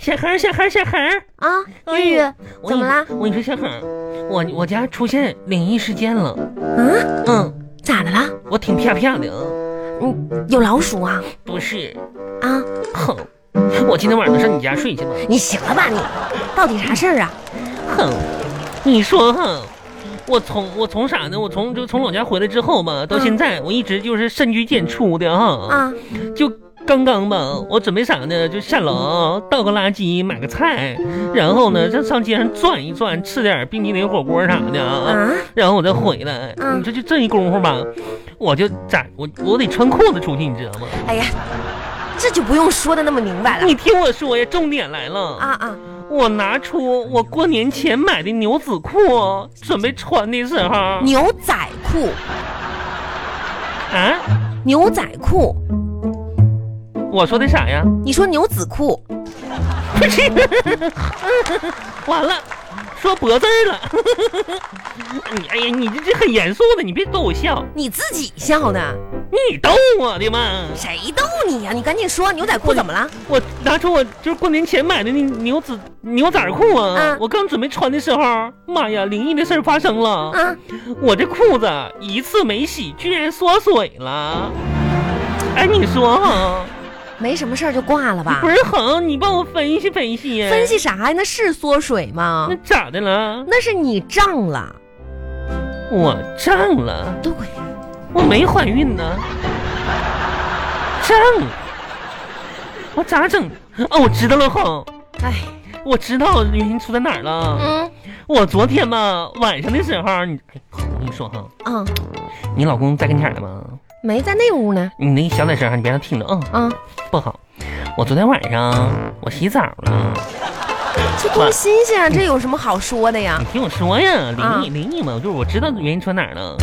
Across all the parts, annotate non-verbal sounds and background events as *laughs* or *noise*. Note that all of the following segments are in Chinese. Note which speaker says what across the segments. Speaker 1: 小恒儿，小恒儿，小恒儿，
Speaker 2: 啊，
Speaker 1: 哎
Speaker 2: 玉玉
Speaker 1: 呦我
Speaker 2: 怎么啦？
Speaker 1: 跟你我跟你说，小恒儿，我我家出现灵异事件了。
Speaker 2: 啊，
Speaker 1: 嗯，
Speaker 2: 咋的啦？
Speaker 1: 我挺啪啪的，啊
Speaker 2: 嗯，有老鼠啊？
Speaker 1: 不是？
Speaker 2: 啊，
Speaker 1: 哼，我今天晚上上你家睡去吧。
Speaker 2: 你行了吧你？到底啥事儿啊？
Speaker 1: 哼，你说哼，我从我从啥呢？我从就从老家回来之后吧，到
Speaker 2: 嗯
Speaker 1: 现在、我一直就是深居简出的哈。
Speaker 2: 啊，
Speaker 1: 就刚刚吧，我准备啥呢？就下楼倒个垃圾，买个菜，然后呢，再上街上转一转，吃点冰淇淋火锅啥的啊。
Speaker 2: 啊，
Speaker 1: 然后我再回来，
Speaker 2: 嗯
Speaker 1: 你说就这一功夫吧，我就咋我我得穿裤子出去，你知道吗？
Speaker 2: 哎呀，这就不用说的那么明白了
Speaker 1: 你听我说呀，重点来了
Speaker 2: 啊！啊！
Speaker 1: 我拿出我过年前买的牛仔裤，准备穿的时候，
Speaker 2: 牛仔裤，
Speaker 1: 啊，
Speaker 2: 牛仔裤，
Speaker 1: 我说的啥呀？
Speaker 2: 你说牛仔裤，
Speaker 1: 完了，说脖子儿了。 *laughs* 你哎呀，你这这很严肃的，你别逗我笑，
Speaker 2: 你自己笑呢？
Speaker 1: 你逗我的嘛。
Speaker 2: 谁逗你呀、你赶紧说，牛仔裤怎么了？
Speaker 1: 我拿出我就是过年前买的那牛仔牛仔裤啊，
Speaker 2: 嗯
Speaker 1: 我刚准备穿的时候，妈呀，灵异的事儿发生了。
Speaker 2: 啊，
Speaker 1: 我这裤子啊一次没洗，居然缩水了。哎，你说
Speaker 2: 啊
Speaker 1: 哈，
Speaker 2: 没什么事儿就挂了吧
Speaker 1: 不？是恒，你帮我分析分析呀？
Speaker 2: 分析啥呀？那是缩水吗
Speaker 1: 那？咋的了？
Speaker 2: 那是你胀了。
Speaker 1: 我胀了，
Speaker 2: 对，
Speaker 1: 我没怀孕呢。胀，我咋整？哦，我知道了，恒，
Speaker 2: 哎，
Speaker 1: 我知道原因出在哪儿了。
Speaker 2: 嗯
Speaker 1: 我昨天吧晚上的时候，你哎恒我跟你说哈，
Speaker 2: 啊，
Speaker 1: 你老公在跟前儿呢吗？没，
Speaker 2: 没在那屋呢。
Speaker 1: 你那小点声啊，你别让他听着啊、
Speaker 2: 啊，
Speaker 1: 不好。我昨天晚上我洗澡了，
Speaker 2: 这多新鲜啊！这有什么好说的呀
Speaker 1: 你？听我说呀，灵异
Speaker 2: 啊
Speaker 1: 灵异嘛，就是我知道原因出在哪儿了。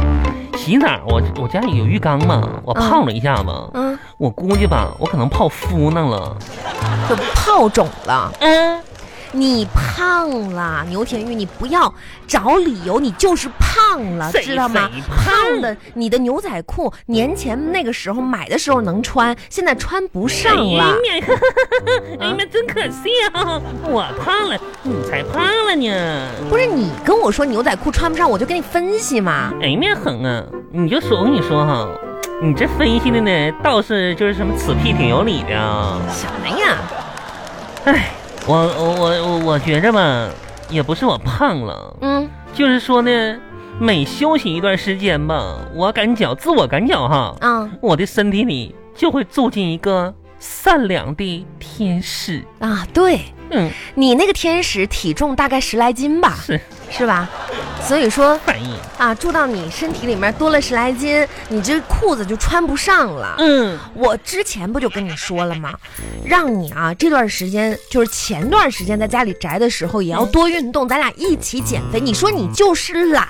Speaker 1: 洗澡，我我家里有浴缸嘛，我泡了一下子，
Speaker 2: 啊，
Speaker 1: 我估计吧，我可能泡敷弄了。
Speaker 2: 就泡肿了。
Speaker 1: 嗯，
Speaker 2: 你胖了，牛田玉，你不要找理由，你就是胖了，
Speaker 1: 谁
Speaker 2: 知道吗
Speaker 1: 谁？
Speaker 2: 胖的，你的牛仔裤年前那个时候买的时候能穿，现在穿不上
Speaker 1: 哎
Speaker 2: 了
Speaker 1: 呀。面， *laughs* 哎呀妈，真可惜啊！我胖了，你才胖了呢。
Speaker 2: 不是你跟我说牛仔裤穿不上，我就跟你分析嘛。
Speaker 1: 哎呀妈，恒啊，你就说我跟你说哈，你这分析的呢，倒是就是什么此屁挺有理的啊。
Speaker 2: 什么呀？
Speaker 1: 哎，我我我我我觉着吧，也不是我胖了，
Speaker 2: 嗯，
Speaker 1: 就是说呢，每休息一段时间吧，我感觉自我感觉哈，
Speaker 2: 啊
Speaker 1: 我的身体里就会住进一个善良的天使。
Speaker 2: 啊，对
Speaker 1: 嗯，
Speaker 2: 你那个天使体重大概十来斤吧，
Speaker 1: 是
Speaker 2: 是吧？所以说
Speaker 1: 反应。
Speaker 2: 啊，住到你身体里面多了十来斤，你这裤子就穿不上了。
Speaker 1: 嗯，
Speaker 2: 我之前不就跟你说了吗？让你啊，这段时间就是前段时间在家里宅的时候，也要多运动，咱俩一起减肥。你说你就是懒，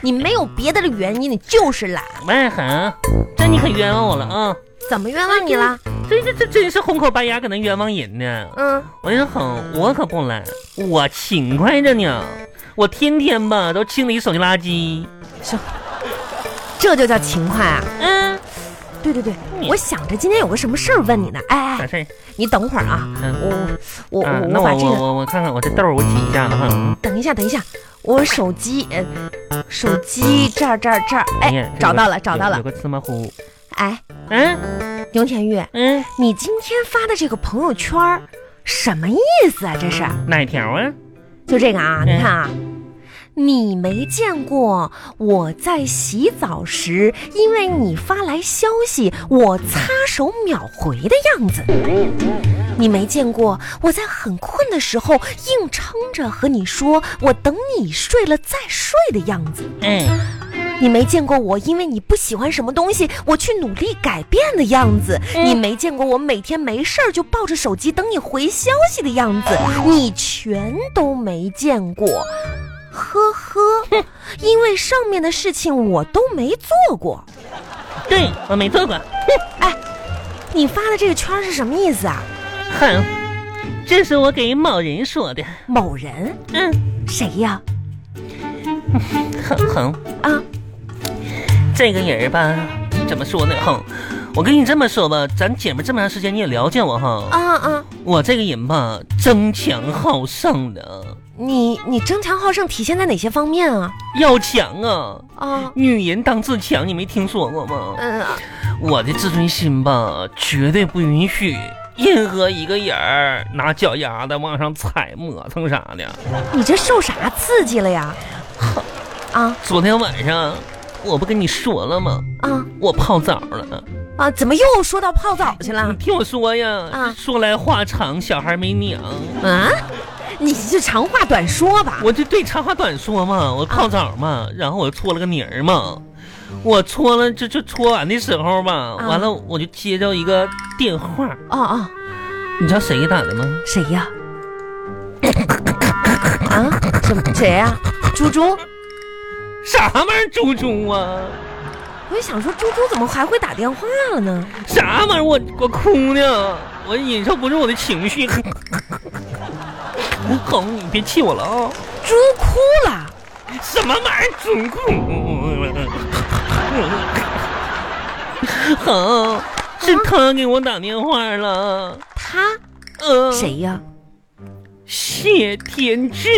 Speaker 2: 你没有别的原因，你就是懒。
Speaker 1: 外涵，这你可冤枉我了啊！
Speaker 2: 怎么冤枉你了？
Speaker 1: 这这这真是红口白牙搁那冤枉人呢。
Speaker 2: 嗯，
Speaker 1: 我说哼，我可不懒，我勤快着呢，我天天吧都清理手机垃圾。
Speaker 2: 这就叫勤快啊！
Speaker 1: 嗯，
Speaker 2: 对对对
Speaker 1: 你，
Speaker 2: 我想着今天有个什么事儿问你呢。哎
Speaker 1: 啥
Speaker 2: 哎，
Speaker 1: 事儿？
Speaker 2: 你等会儿啊，
Speaker 1: 嗯
Speaker 2: 我我
Speaker 1: 啊，
Speaker 2: 我
Speaker 1: 那
Speaker 2: 我把
Speaker 1: 我
Speaker 2: 这
Speaker 1: 我
Speaker 2: 个
Speaker 1: 我我看看我这豆儿我挤一下子哈。
Speaker 2: 等一下等一下，我手机呃手机这儿这儿这儿，
Speaker 1: 哎呀
Speaker 2: 哎，找到了
Speaker 1: 有
Speaker 2: 找到了
Speaker 1: 有，个芝麻糊。
Speaker 2: 哎，
Speaker 1: 嗯
Speaker 2: 牛田玉。
Speaker 1: 嗯，
Speaker 2: 你今天发的这个朋友圈儿什么意思啊？这是
Speaker 1: 哪条啊？
Speaker 2: 就这个啊？
Speaker 1: 嗯
Speaker 2: 你看啊，你没见过我在洗澡时，因为你发来消息，我擦手秒回的样子。你没见过我在很困的时候硬撑着和你说我等你睡了再睡的样子。
Speaker 1: 嗯，
Speaker 2: 你没见过我，因为你不喜欢什么东西，我去努力改变的样子；
Speaker 1: 嗯
Speaker 2: 你没见过我每天没事儿就抱着手机等你回消息的样子，你全都没见过。呵呵，因为上面的事情我都没做过。哎
Speaker 1: 对我没做过。
Speaker 2: 你发的这个圈儿是什么意思啊？
Speaker 1: 哼，这是我给某人说的。
Speaker 2: 某人
Speaker 1: 嗯，
Speaker 2: 谁呀？
Speaker 1: 哼哼，
Speaker 2: 啊，
Speaker 1: 这个人吧，怎么说呢？哼，我跟你这么说吧，咱姐们这么长时间你也了解我哈，
Speaker 2: 啊啊，
Speaker 1: 我这个人吧，争强好胜的，
Speaker 2: 你你争强好胜体现在哪些方面啊？
Speaker 1: 要强啊！
Speaker 2: 啊，
Speaker 1: 女人当自强，你没听说过吗？
Speaker 2: 嗯、
Speaker 1: 我的自尊心吧，绝对不允许任何一个人儿拿脚丫子往上踩、磨蹭啥的。
Speaker 2: 你这受啥刺激了呀？啊
Speaker 1: 昨天晚上我不跟你说了吗？
Speaker 2: 啊
Speaker 1: 我泡澡了。
Speaker 2: 啊！怎么又说到泡澡去了
Speaker 1: 你？听我说呀，
Speaker 2: 啊
Speaker 1: 说来话长，小孩没娘，
Speaker 2: 啊，你就长话短说吧。
Speaker 1: 我就对长话短说嘛，我泡澡
Speaker 2: 啊
Speaker 1: 嘛，然后我搓了个泥儿嘛，我搓了就就搓完的时候吧，
Speaker 2: 啊
Speaker 1: 完了我就接到一个电话，
Speaker 2: 哦哦，
Speaker 1: 你知道谁给打的吗？
Speaker 2: 谁呀？ *coughs* 啊，什么谁呀、猪猪。
Speaker 1: 啥玩意儿猪猪啊？
Speaker 2: 我就想说，猪猪怎么还会打电话了呢？
Speaker 1: 啥玩意儿？我我哭呢，我忍受不住我的情绪。 *laughs* 红，你别气我了啊、
Speaker 2: 猪哭了。
Speaker 1: 什么玩意儿嗯主顾？好，是他给我打电话了。
Speaker 2: 他
Speaker 1: 呃，？
Speaker 2: 谁呀？
Speaker 1: 谢天志。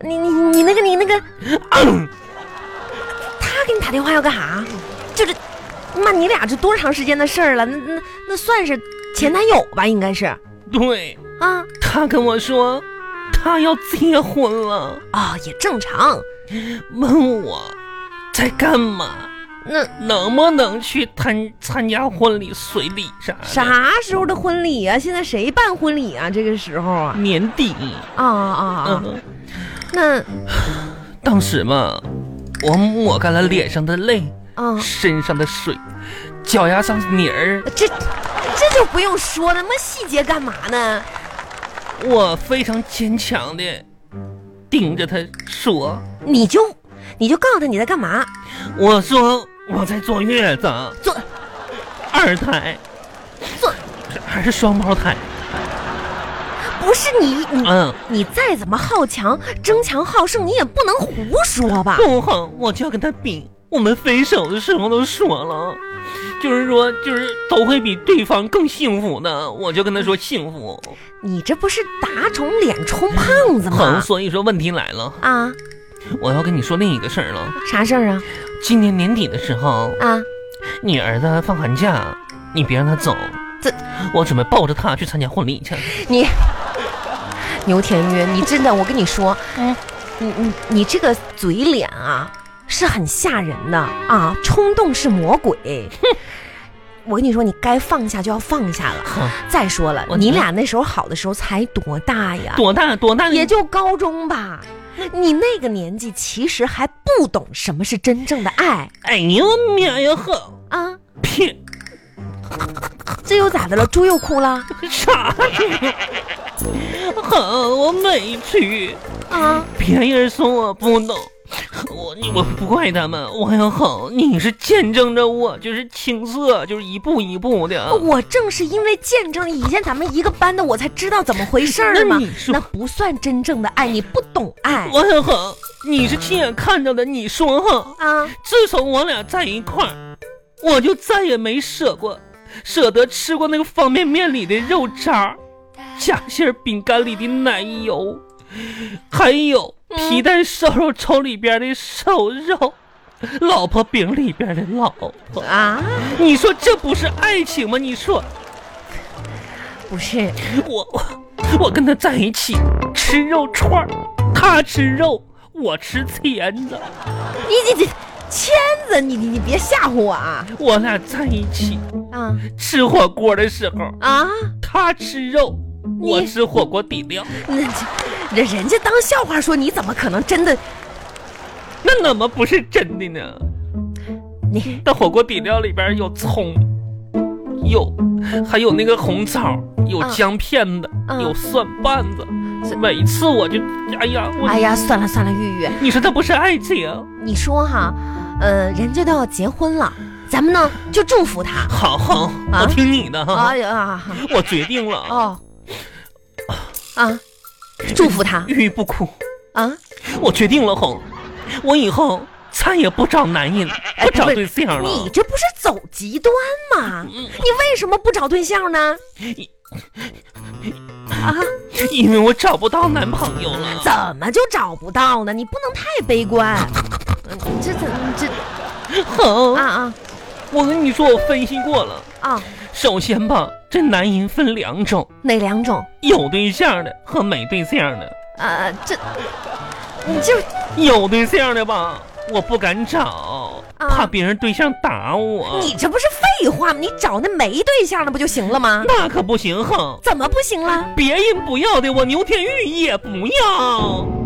Speaker 2: 你你你那个你那个，他给你打电话要干啥？就是，那你俩这多长时间的事儿了？那那那算是前男友吧，应该是
Speaker 1: 对，
Speaker 2: 啊
Speaker 1: 他跟我说，他要结婚了，
Speaker 2: 啊、也正常。
Speaker 1: 问我在干嘛，
Speaker 2: 那
Speaker 1: 能不能去参参加婚礼、随礼啥的？？
Speaker 2: 啥时候的婚礼啊？现在谁办婚礼啊？这个时候啊
Speaker 1: 年底。
Speaker 2: 啊啊啊！
Speaker 1: 嗯，
Speaker 2: 那
Speaker 1: 当时嘛，我抹干了脸上的泪。
Speaker 2: 啊，
Speaker 1: 身上的水，脚丫上泥儿，
Speaker 2: 这这就不用说了，那么细节干嘛呢？
Speaker 1: 我非常坚强的盯着他说
Speaker 2: 你就你就告诉他你在干嘛。：“
Speaker 1: 我说我在坐月子，
Speaker 2: 坐
Speaker 1: 二胎
Speaker 2: 坐，
Speaker 1: 还是双胞胎。
Speaker 2: 不是你你
Speaker 1: 嗯，
Speaker 2: 你再怎么好强、争强好胜，你也不能胡说吧？
Speaker 1: 不好，我就要跟他比。我们分手的时候都说了，就是说，就是都会比对方更幸福的。我就跟他说幸福。
Speaker 2: 你这不是打肿脸充胖子
Speaker 1: 好，
Speaker 2: 吗？
Speaker 1: 所以说问题来了，
Speaker 2: 啊，
Speaker 1: 我要跟你说另一个事儿了。
Speaker 2: 啥事儿啊？
Speaker 1: 今年年底的时候，
Speaker 2: 啊，
Speaker 1: 你儿子放寒假，你别让他走。
Speaker 2: 这
Speaker 1: 我准备抱着他去参加婚礼去。
Speaker 2: 你牛田玉，你真的，我跟你说，
Speaker 1: 嗯
Speaker 2: 你你你这个嘴脸啊，是很吓人的啊！冲动是魔鬼。我跟你说，你该放下就要放下了。
Speaker 1: 哼
Speaker 2: 再说了
Speaker 1: 我，
Speaker 2: 你俩那时候好的时候才多大呀？
Speaker 1: 多大多大？
Speaker 2: 也就高中吧。你嗯那个年纪其实还不懂什么是真正的爱
Speaker 1: 哎呦妈呀！呵，
Speaker 2: 啊！
Speaker 1: 屁
Speaker 2: 这又咋的了？ *laughs* 猪又哭了
Speaker 1: 啥 *laughs* 呀？哼，我没去，
Speaker 2: 啊？
Speaker 1: 别人说我不懂。我我不怪他们，我很好。你是见证着我，就是青涩，就是一步一步的。
Speaker 2: 我正是因为见证了以前咱们一个班的，我才知道怎么回事儿嘛
Speaker 1: 那你。说
Speaker 2: 那不算真正的爱，你不懂爱
Speaker 1: 我很好，你是亲眼看到的。你说哈，
Speaker 2: 啊！
Speaker 1: 自从我俩在一块儿，我就再也没舍过舍得吃过那个方便面里的肉渣儿，夹心儿饼干里的奶油，还有皮蛋瘦肉粥里边的瘦肉，老婆饼里边的老婆。
Speaker 2: 啊，
Speaker 1: 你说这不是爱情吗？你说
Speaker 2: 不是，
Speaker 1: 我我我跟他在一起吃肉串儿，他吃肉，我吃钳子。
Speaker 2: 你你你签子，你你你别吓唬我啊！
Speaker 1: 我俩在一起
Speaker 2: 啊
Speaker 1: 吃火锅的时候。
Speaker 2: 啊，
Speaker 1: 他吃肉，
Speaker 2: 你
Speaker 1: 我吃火锅底料，
Speaker 2: 那这人人家当笑话说，你怎么可能真的
Speaker 1: 那怎么不是真的呢？
Speaker 2: 你
Speaker 1: 那火锅底料里边有葱，有，还有那个红枣，有
Speaker 2: 嗯
Speaker 1: 姜片子，
Speaker 2: 嗯
Speaker 1: 有蒜瓣子
Speaker 2: 这。
Speaker 1: 每次我就，哎呀，我，
Speaker 2: 哎呀，算了算了，玉玉。
Speaker 1: 你说他不是爱情？
Speaker 2: 你说哈，呃，人家都要结婚了，咱们呢就祝福他。
Speaker 1: 好好，
Speaker 2: 啊
Speaker 1: 我听你的哈，
Speaker 2: 哎呀，
Speaker 1: 我决定了，
Speaker 2: 哦，啊，祝福他
Speaker 1: 玉玉不哭，
Speaker 2: 啊！
Speaker 1: 我决定了，红，我以后咱也不找男人，
Speaker 2: 哎
Speaker 1: 不找
Speaker 2: 不
Speaker 1: 对象
Speaker 2: 你
Speaker 1: 了。
Speaker 2: 这不是走极端吗？你为什么不找对象呢？啊，
Speaker 1: 因为我找不到男朋友了。
Speaker 2: 怎么就找不到呢？你不能太悲观。嗯这怎么这
Speaker 1: 哼、
Speaker 2: 啊啊
Speaker 1: 我跟你说，我分析过了。
Speaker 2: 啊？
Speaker 1: 首先吧，这男人分两种，
Speaker 2: 哪两种？
Speaker 1: 有对象的和没对象的。
Speaker 2: 呃，这你就
Speaker 1: 有对象的吧，我不敢找，
Speaker 2: 啊
Speaker 1: 怕别人对象打我。
Speaker 2: 你这不是废话吗？你找那没对象的不就行了吗？
Speaker 1: 那可不行，哼！
Speaker 2: 怎么不行了？
Speaker 1: 别人不要的，我牛天玉也不要。